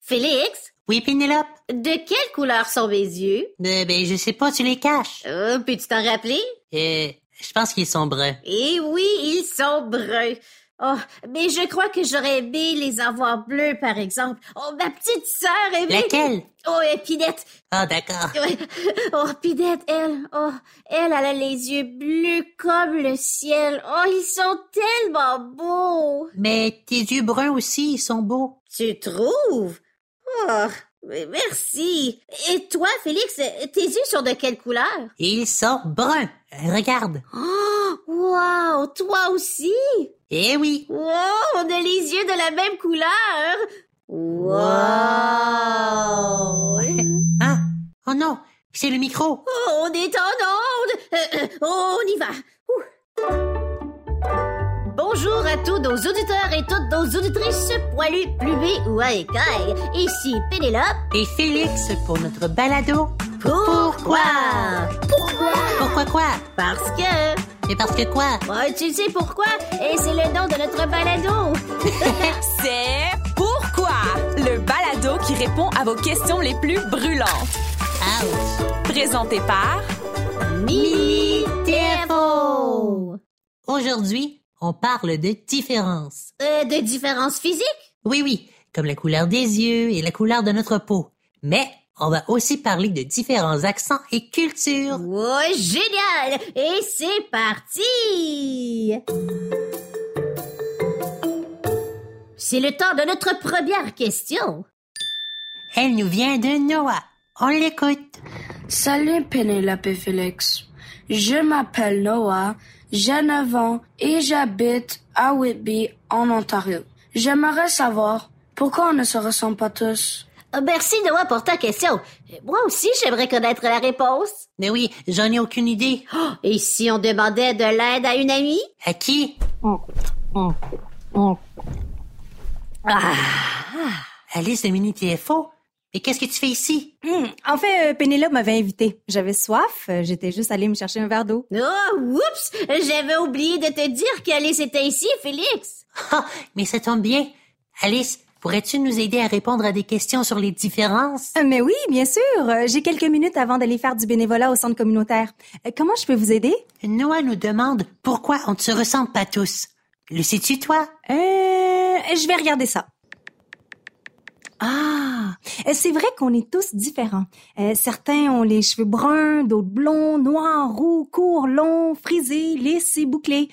Félix, Oui, Pénélope? de quelle couleur sont mes yeux? Euh, ben, je sais pas, tu les caches. Euh, Peux-tu t'en rappeler? Euh, je pense qu'ils sont bruns. Eh oui, ils sont bruns. Oh, mais je crois que j'aurais aimé les avoir bleus, par exemple. Oh, ma petite sœur aimait... Laquelle? Oh, et Pinette. Ah, d'accord. Ouais. Oh, Pinette, elle. Oh, elle, elle a les yeux bleus comme le ciel. Oh, ils sont tellement beaux. Mais tes yeux bruns aussi, ils sont beaux. Tu trouves? Oh, mais merci. Et toi, Félix, tes yeux sont de quelle couleur? Et ils sont bruns. Euh, Regarde. Oh, wow, toi aussi? Eh oui. Wow, on a les yeux de la même couleur. Wow. Ah, oh non, c'est le micro. Oh, on est en onde. Euh, euh, on y va. Ouh. Bonjour à tous nos auditeurs et toutes nos auditrices poilues, plumées ou à écailles. Ici Pénélope. Et Félix pour notre balado. Pourquoi? Pourquoi quoi? Parce que... Mais parce que quoi? Ouais, tu sais pourquoi? Et c'est le nom de notre balado. C'est Pourquoi? Le balado qui répond à vos questions les plus brûlantes. Ouch. Présenté par Mini TFO. Aujourd'hui, on parle de différences. Euh, de différences physiques? Oui, oui, comme la couleur des yeux et la couleur de notre peau. Mais on va aussi parler de différents accents et cultures. Ouais, génial! Et c'est parti! C'est le temps de notre première question. Elle nous vient de Noah. On l'écoute. Salut Pénélope et Félix. Je m'appelle Noah, j'ai 9 ans et j'habite à Whitby, en Ontario. J'aimerais savoir pourquoi on ne se ressemble pas tous. Euh, Merci Noah pour ta question. Euh, Moi aussi, j'aimerais connaître la réponse. Mais oui, j'en ai aucune idée. Oh, Et si on demandait de l'aide à une amie? À qui? Ah, Alice de Mini TFO? Mais qu'est-ce que tu fais ici? Hmm. En fait, euh, Pénélope m'avait invitée. J'avais soif. euh, J'étais juste allée me chercher un verre d'eau. Oh, oups! J'avais oublié de te dire qu'Alice était ici, Félix. Ah, mais ça tombe bien. Alice, pourrais-tu nous aider à répondre à des questions sur les différences? Euh, Mais oui, bien sûr. Euh, J'ai quelques minutes avant d'aller faire du bénévolat au centre communautaire. Euh, Comment je peux vous aider? Noah nous demande pourquoi on ne se ressemble pas tous. Le sais-tu, toi? Euh, je vais regarder ça. Ah, euh, c'est vrai qu'on est tous différents. Euh, certains ont les cheveux bruns, d'autres blonds, noirs, roux, courts, longs, frisés, lisses et bouclés.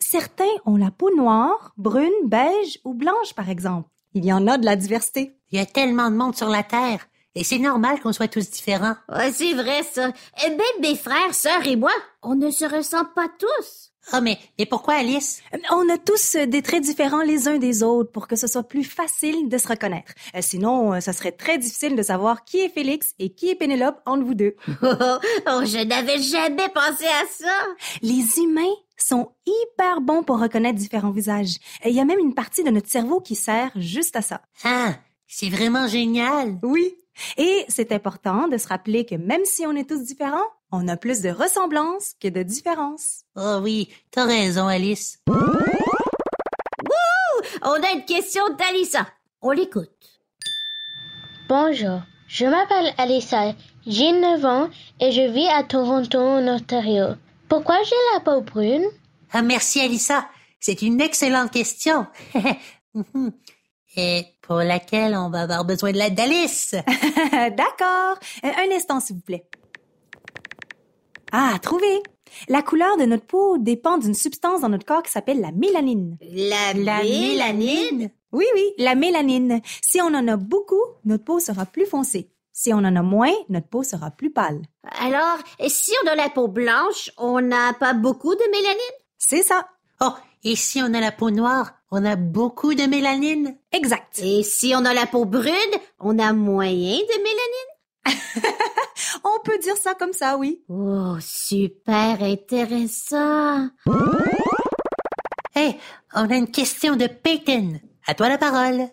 Certains ont la peau noire, brune, beige ou blanche, par exemple. Il y en a de la diversité. Il y a tellement de monde sur la Terre, et c'est normal qu'on soit tous différents. Ouais, c'est vrai, ça. Et même mes frères, sœurs et moi, on ne se ressemble pas tous. Ah, mais, mais pourquoi, Alice? On a tous euh, des traits différents les uns des autres pour que ce soit plus facile de se reconnaître. Euh, sinon, euh, ça serait très difficile de savoir qui est Félix et qui est Pénélope entre vous deux. Oh, oh, oh, je n'avais jamais pensé à ça. Les humains sont hyper bons pour reconnaître différents visages. Euh, Il y a même une partie de notre cerveau qui sert juste à ça. Ah, c'est vraiment génial. Oui. Et c'est important de se rappeler que même si on est tous différents, on a plus de ressemblances que de différences. Oh oui, t'as raison, Alice. On a une question d'Alissa. On l'écoute. Bonjour, je m'appelle Alissa, j'ai 9 ans et je vis à Toronto, en Ontario. Pourquoi j'ai la peau brune Ah, merci, Alissa. C'est une excellente question. Mhm. et pour laquelle on va avoir besoin de l'aide d'Alice. D'accord. Euh, Un instant, s'il vous plaît. Ah, trouvé. La couleur de notre peau dépend d'une substance dans notre corps qui s'appelle la mélanine. La, La mélanine? Oui, oui, la mélanine. Si on en a beaucoup, notre peau sera plus foncée. Si on en a moins, notre peau sera plus pâle. Alors, si on a la peau blanche, on n'a pas beaucoup de mélanine? C'est ça. Oh, et si on a la peau noire, on a beaucoup de mélanine? Exact. Et si on a la peau brune, on a moyen de mélanine? On peut dire ça comme ça, oui. Oh, super intéressant. Hé, on a une question de Peyton. À toi la parole.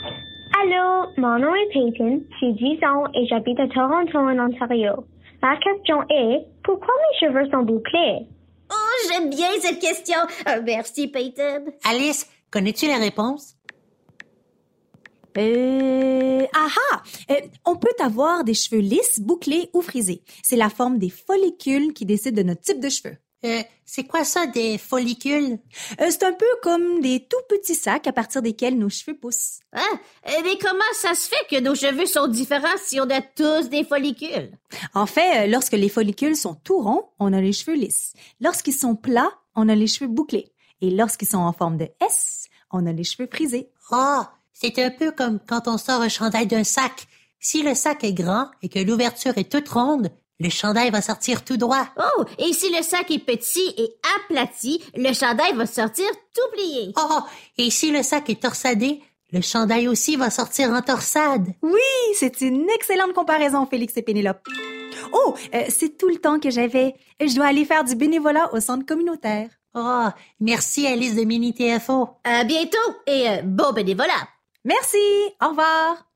Allô, mon nom est Peyton, j'ai 10 ans et j'habite à Toronto, en Ontario. Ma question est, pourquoi mes cheveux sont bouclés Oh, j'aime bien cette question. Euh, merci, Peyton. Alice, connais-tu la réponse? Euh, Ah ah! Euh, on peut avoir des cheveux lisses, bouclés ou frisés. C'est la forme des follicules qui décide de notre type de cheveux. Euh, c'est quoi ça, des follicules? Euh, c'est un peu comme des tout petits sacs à partir desquels nos cheveux poussent. Hein? Eh, Mais comment ça se fait que nos cheveux sont différents si on a tous des follicules? En fait, euh, lorsque les follicules sont tout ronds, on a les cheveux lisses. Lorsqu'ils sont plats, on a les cheveux bouclés. Et lorsqu'ils sont en forme de S, on a les cheveux frisés. Ah, c'est un peu comme quand on sort un chandail d'un sac. Si le sac est grand et que l'ouverture est toute ronde, le chandail va sortir tout droit. Oh, et si le sac est petit et aplati, le chandail va sortir tout plié. Oh, et si le sac est torsadé, le chandail aussi va sortir en torsade. Oui, c'est une excellente comparaison, Félix et Pénélope. Oh, euh, c'est tout le temps que j'avais. Je dois aller faire du bénévolat au centre communautaire. Oh, merci Alice de Mini TFO. À bientôt et euh, bon bénévolat! Merci, au revoir.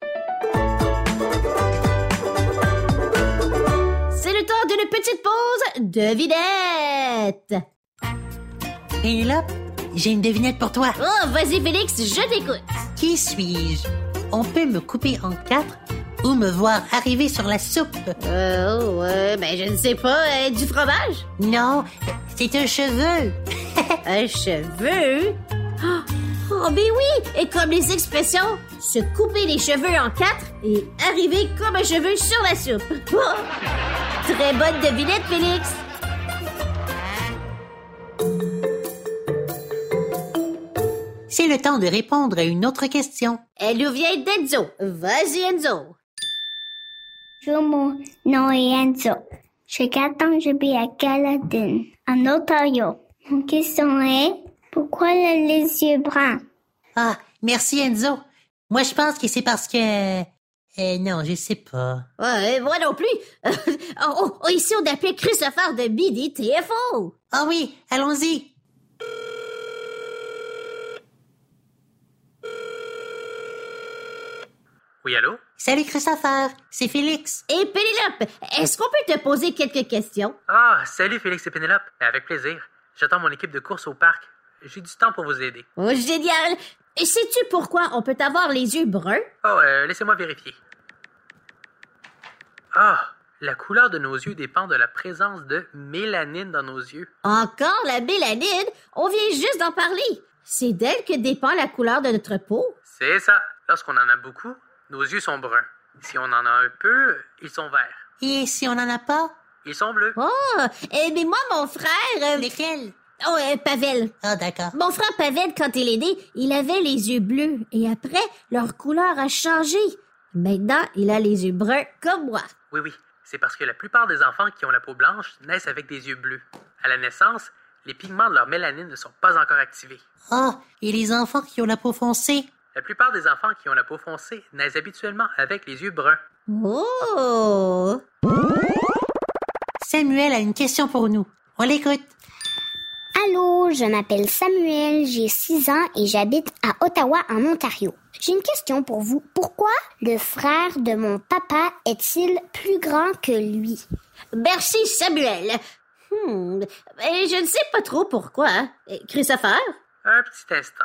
C'est le temps d'une petite pause de vidette! Pénélope, j'ai une devinette pour toi. Oh, vas-y Félix, je t'écoute! Qui suis-je? On peut me couper en quatre ou me voir arriver sur la soupe. Euh, oh, euh, ben je ne sais pas, euh, du fromage? Non, c'est un cheveu. Un cheveu? Oh, Euh, Oh, ben oui! Et comme les expressions, se couper les cheveux en quatre et arriver comme un cheveu sur la soupe. Très bonne devinette, Félix! C'est le temps de répondre à une autre question. Elle Eh, nous vient d'Enzo. Vas-y, Enzo! Mon nom est Enzo. J'ai 4 ans, j'habite à Gallatin, en Ontario. Mon question est, pourquoi elle a les yeux bruns? Ah, merci Enzo. Moi, je pense que c'est parce que... Euh, non, je sais pas. Ouais, moi non plus! oh, oh, oh, ici on appelle Christopher de Midi TFO! Ah oui, allons-y. Oui, allô? Salut Christopher, c'est Félix. Et Eh, Pénélope, est-ce qu'on peut te poser quelques questions? Ah, salut Félix et Pénélope. Eh, Avec plaisir. J'attends mon équipe de course au parc. J'ai du temps pour vous aider. Oh, génial! Et sais-tu pourquoi on peut avoir les yeux bruns? Oh, euh, laissez-moi vérifier. Ah, la couleur de nos yeux dépend de la présence de mélanine dans nos yeux. Encore la mélanine? On vient juste d'en parler! C'est d'elle que dépend la couleur de notre peau. C'est ça. Lorsqu'on en a beaucoup, nos yeux sont bruns. Si on en a un peu, ils sont verts. Et si on n'en a pas? Ils sont bleus. Oh, eh, mais moi, mon frère... euh, Lesquels? oh, euh, Pavel. Ah, d'accord. Mon frère Pavel, quand il est né, il avait les yeux bleus. Et après, leur couleur a changé. Maintenant, il a les yeux bruns comme moi. Oui, oui. C'est parce que la plupart des enfants qui ont la peau blanche naissent avec des yeux bleus. À la naissance, les pigments de leur mélanine ne sont pas encore activés. Ah, et les enfants qui ont la peau foncée? La plupart des enfants qui ont la peau foncée naissent habituellement avec les yeux bruns. Oh! Samuel a une question pour nous. On l'écoute. Allô, je m'appelle Samuel, j'ai 6 ans et j'habite à Ottawa en Ontario. J'ai une question pour vous. Pourquoi le frère de mon papa est-il plus grand que lui? Merci, Samuel. Hmm, eh, je ne sais pas trop pourquoi. Eh, Christopher? Un petit instant.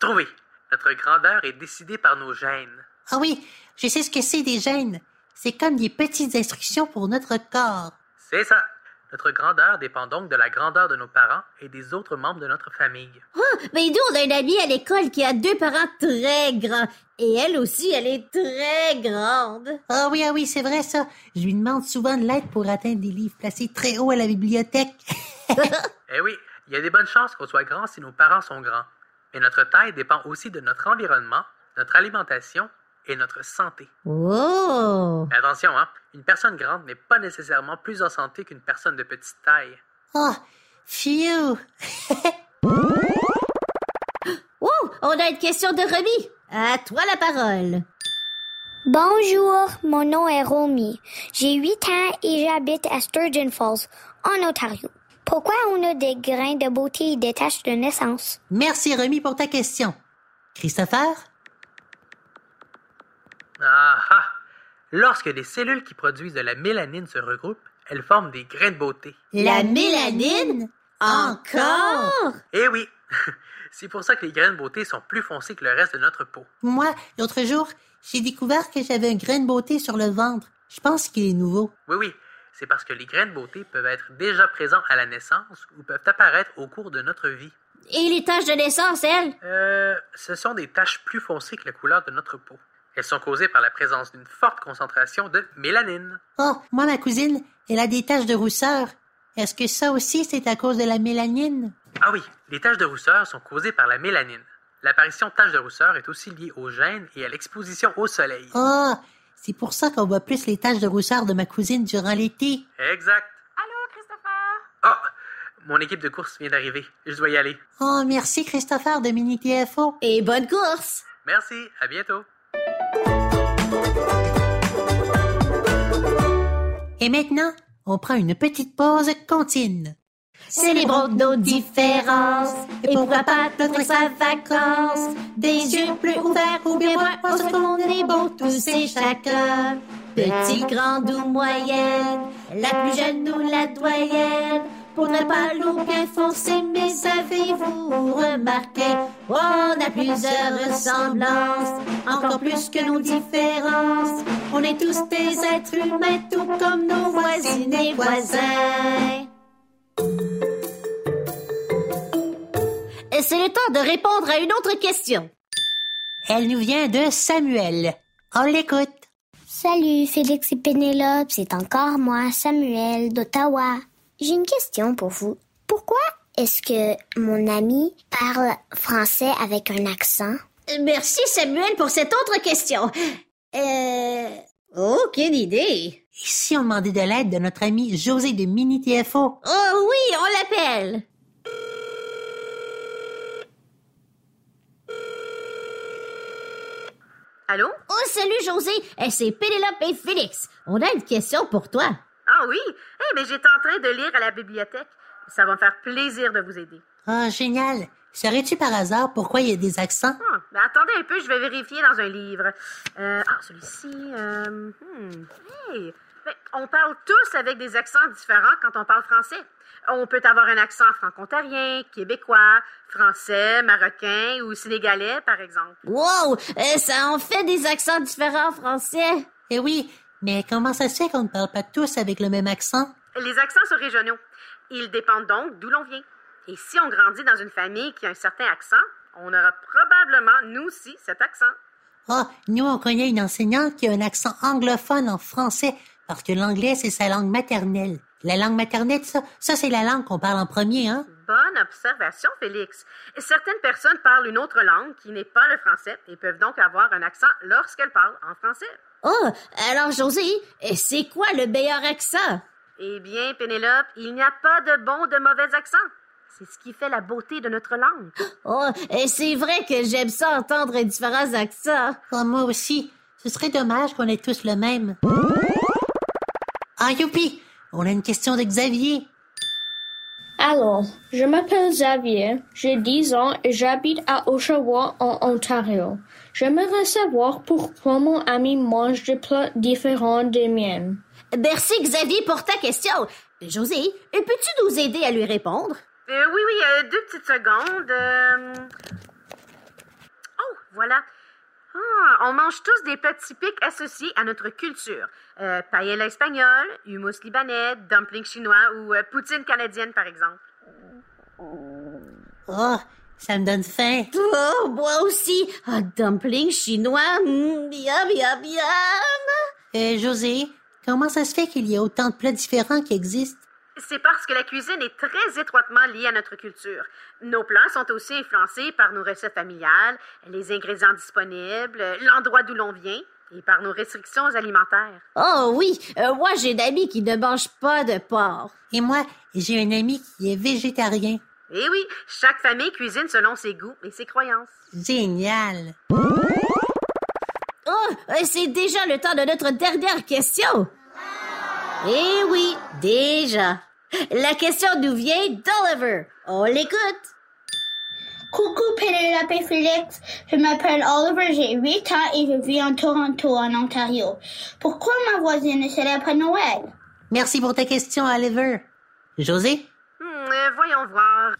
Trouvé. Notre grandeur est décidée par nos gènes. Ah oui, je sais ce que c'est des gènes. C'est comme des petites instructions pour notre corps. C'est ça. Notre grandeur dépend donc de la grandeur de nos parents et des autres membres de notre famille. Mais Ben, nous, on a une amie à l'école qui a deux parents très grands. Et elle aussi, elle est très grande. Ah oui, ah oui, c'est vrai ça. Je lui demande souvent de l'aide pour atteindre des livres placés très haut à la bibliothèque. Eh oui, il y a des bonnes chances qu'on soit grand si nos parents sont grands. Mais notre taille dépend aussi de notre environnement, notre alimentation et notre santé. Oh! Mais attention, hein, une personne grande n'est pas nécessairement plus en santé qu'une personne de petite taille. Oh, phew! Oh, on a une question de Remy. À toi la parole. Bonjour, mon nom est Romy. J'ai 8 ans et j'habite à Sturgeon Falls, en Ontario. Pourquoi on a des grains de beauté et des taches de naissance? Merci Remy pour ta question. Christopher? Ah ah! Lorsque les cellules qui produisent de la mélanine se regroupent, elles forment des grains de beauté. La mélanine? Encore? Eh oui, C'est pour ça que les graines de beauté sont plus foncées que le reste de notre peau. Moi, l'autre jour, j'ai découvert que j'avais un grain de beauté sur le ventre. Je pense qu'il est nouveau. Oui, oui, c'est parce que les graines de beauté peuvent être déjà présents à la naissance ou peuvent apparaître au cours de notre vie. Et les taches de naissance, elles? Euh, ce sont des taches plus foncées que la couleur de notre peau. Elles sont causées par la présence d'une forte concentration de mélanine. Oh, moi, ma cousine, elle a des taches de rousseur. Est-ce que ça aussi, c'est à cause de la mélanine? Ah oui, les taches de rousseur sont causées par la mélanine. L'apparition de taches de rousseur est aussi liée aux gènes et à l'exposition au soleil. Oh, c'est pour ça qu'on voit plus les taches de rousseur de ma cousine durant l'été. Exact. Allô, Christopher? Ah, mon équipe de course vient d'arriver. Je dois y aller. Oh, merci Christopher de Mini TFO. Et bonne course! Merci, à bientôt. Et maintenant, on prend une petite pause cantine. Célébrons nos différences et pourquoi pas notre sa vacances. Des yeux plus ouverts ou bien moins, on se qu'on est beau tous et chacun. Petit, grand ou moyenne, la plus jeune ou la doyenne. Pour ne pas bien foncé, mais avez-vous remarqué, on a plusieurs ressemblances, encore plus que nos différences. On est tous des êtres humains, tout comme nos voisines et voisins. Et c'est le temps de répondre à une autre question. Elle nous vient de Samuel. On l'écoute. Salut Félix et Pénélope, c'est encore moi, Samuel d'Ottawa. J'ai une question pour vous. Pourquoi est-ce que mon ami parle français avec un accent? Euh, Merci Samuel pour cette autre question. Euh... Aucune idée. Ici, on demandait de l'aide de notre ami José de Mini TFO. Oh oui, on l'appelle. Allô? Oh salut José, Eh, c'est Pénélope et Félix. On a une question pour toi. Ah oui? Eh, mais j'étais en train de lire à la bibliothèque. Ça va me faire plaisir de vous aider. Ah, génial. Saurais-tu par hasard pourquoi il y a des accents? Hum, ben attendez un peu, je vais vérifier dans un livre. Euh, ah, celui-ci. euh, hmm, hey. Ben, on parle tous avec des accents différents quand on parle français. On peut avoir un accent franco-ontarien, québécois, français, marocain ou sénégalais, par exemple. Wow, euh, ça en fait des accents différents en français. Eh oui, mais comment ça se fait qu'on ne parle pas tous avec le même accent? Les accents sont régionaux. Ils dépendent donc d'où l'on vient. Et si on grandit dans une famille qui a un certain accent, on aura probablement, nous aussi, cet accent. Ah, nous, on connaît une enseignante qui a un accent anglophone en français parce que l'anglais, c'est sa langue maternelle. La langue maternelle, ça, ça c'est la langue qu'on parle en premier, hein? Bonne observation, Félix. Certaines personnes parlent une autre langue qui n'est pas le français et peuvent donc avoir un accent lorsqu'elles parlent en français. Oh, alors José, eh, c'est quoi le meilleur accent? Eh bien, Pénélope, il n'y a pas de bon ou de mauvais accent. C'est ce qui fait la beauté de notre langue. Oh, et c'est vrai que j'aime ça entendre différents accents. Ah, moi aussi. Ce serait dommage qu'on ait tous le même. Ah, youpi! On a une question de Xavier. Allô, je m'appelle Xavier, j'ai 10 ans et j'habite à Oshawa en Ontario. J'aimerais savoir pourquoi mon ami mange des plats différents des miennes. Merci Xavier pour ta question. José, euh, peux-tu nous aider à lui répondre? Euh, oui, oui, euh, deux petites secondes. euh. Oh, voilà. Ah, on mange tous des plats typiques associés à notre culture. Euh, paella espagnole, hummus libanais, dumpling chinois ou euh, poutine canadienne, par exemple. Oh, ça me donne faim. Oh, moi aussi. Ah, dumpling chinois. Mm, miam, miam, miam. Euh, José, comment ça se fait qu'il y ait autant de plats différents qui existent? C'est parce que la cuisine est très étroitement liée à notre culture. Nos plans sont aussi influencés par nos recettes familiales, les ingrédients disponibles, euh, l'endroit d'où l'on vient et par nos restrictions alimentaires. Oh oui, euh, moi j'ai d'amis qui ne mangent pas de porc. Et moi, j'ai un ami qui est végétarien. Et Eh oui, chaque famille cuisine selon ses goûts et ses croyances. Génial. Oh, euh, c'est déjà le temps de notre dernière question. Eh oui, déjà. La question nous vient d'Oliver. On l'écoute. Coucou Pénélope et Félix, je m'appelle Oliver, j'ai 8 ans et je vis en Toronto, en Ontario. Pourquoi ma voisine célèbre Noël? Merci pour ta question, Oliver. José? Hmm, euh, voyons voir.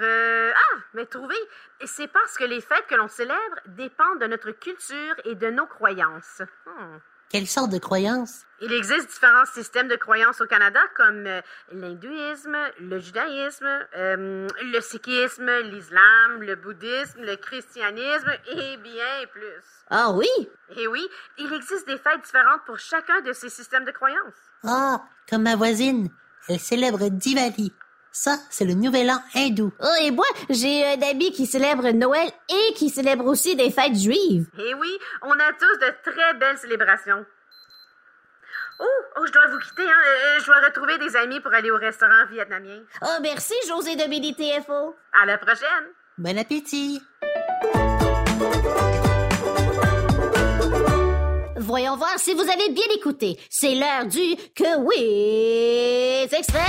Euh, ah, mais trouvez, c'est parce que les fêtes que l'on célèbre dépendent de notre culture et de nos croyances. Hmm. Quelle sorte de croyance? Il existe différents systèmes de croyances au Canada, comme euh, l'hindouisme, le judaïsme, euh, le sikhisme, l'islam, le bouddhisme, le christianisme et bien plus. Ah oui? Et oui, il existe des fêtes différentes pour chacun de ces systèmes de croyances. Ah, comme ma voisine, elle célèbre Diwali. Ça, c'est le nouvel an hindou. Oh, et moi, j'ai un ami qui célèbre Noël et qui célèbre aussi des fêtes juives. Et Eh oui, on a tous de très belles célébrations. Oh, oh, je dois vous quitter, hein. Euh, Je dois retrouver des amis pour aller au restaurant vietnamien. Oh, merci, José de BDTFO. À la prochaine! Bon appétit! Voyons voir si vous avez bien écouté. C'est l'heure du que oui extrême.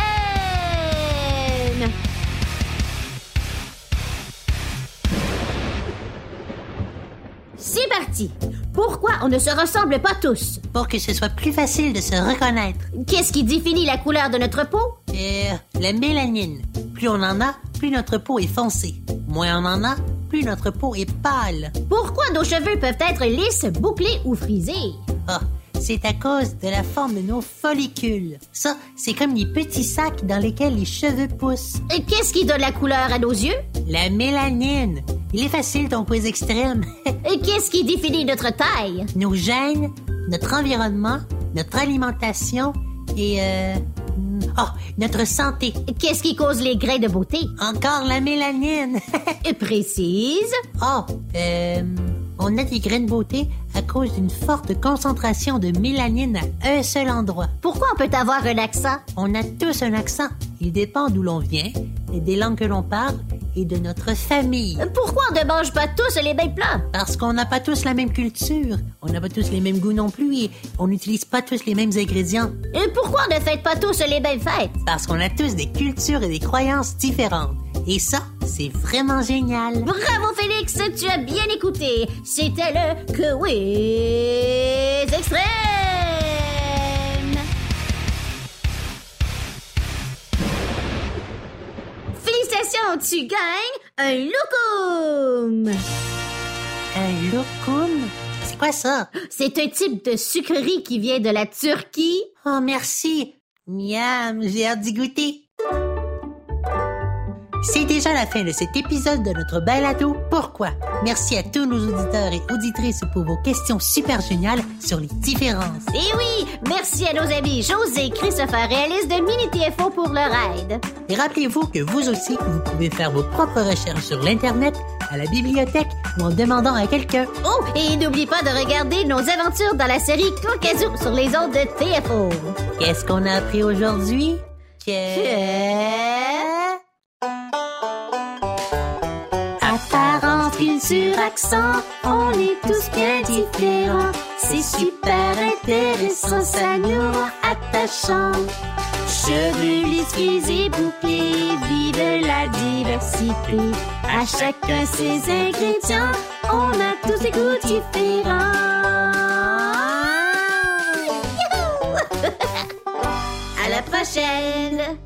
C'est parti. Pourquoi on ne se ressemble pas tous Pour que ce soit plus facile de se reconnaître. Qu'est-ce qui définit la couleur de notre peau Euh, la mélanine. Plus on en a, plus notre peau est foncée. Moins on en a, plus notre peau est pâle. Pourquoi nos cheveux peuvent être lisses, bouclés ou frisés Ah, c'est à cause de la forme de nos follicules. Ça, c'est comme les petits sacs dans lesquels les cheveux poussent. Et Qu'est-ce qui donne la couleur à nos yeux La mélanine. Il est facile ton quiz extrême. Et Qu'est-ce qui définit notre taille Nos gènes, notre environnement, notre alimentation et euh... hmm, ah, notre santé. Qu'est-ce qui cause les grains de beauté Encore la mélanine. Et Précise. Ah, euh, on a des graines beauté à cause d'une forte concentration de mélanine à un seul endroit. Pourquoi on peut avoir un accent On a tous un accent. Il dépend d'où l'on vient, et des langues que l'on parle et de notre famille. Pourquoi on ne mange pas tous les mêmes plats Parce qu'on n'a pas tous la même culture, on n'a pas tous les mêmes goûts non plus et on n'utilise pas tous les mêmes ingrédients. Et pourquoi on ne fête pas tous les mêmes fêtes Parce qu'on a tous des cultures et des croyances différentes. Et ça, c'est vraiment génial. Bravo Félix, tu as bien écouté. C'était le quiz extrême. Félicitations, tu gagnes un loukoum. Un loukoum? C'est quoi ça? C'est un type de sucrerie qui vient de la Turquie. Oh, merci. Miam, j'ai hâte d'y goûter. C'est déjà la fin de cet épisode de notre balado Pourquoi? Merci à tous nos auditeurs et auditrices pour vos questions super géniales sur les différences. Et Eh oui, merci à nos amis José, Christopher et Alice de Mini TFO pour leur aide. Et rappelez-vous que vous aussi, vous pouvez faire vos propres recherches sur l'Internet, à la bibliothèque ou en demandant à quelqu'un. Oh, et n'oublie pas de regarder nos aventures dans la série Caucasou sur les ondes de TFO. Qu'est-ce qu'on a appris aujourd'hui? Que... Euh, Apparence, culture, accent, on est tous bien différents. C'est super intéressant, ça nous rend attachants. Cheveux lisses, et bouclés, vive la diversité. À chacun ses ingrédients, on a tous des goûts différents. Youhou! à la prochaine!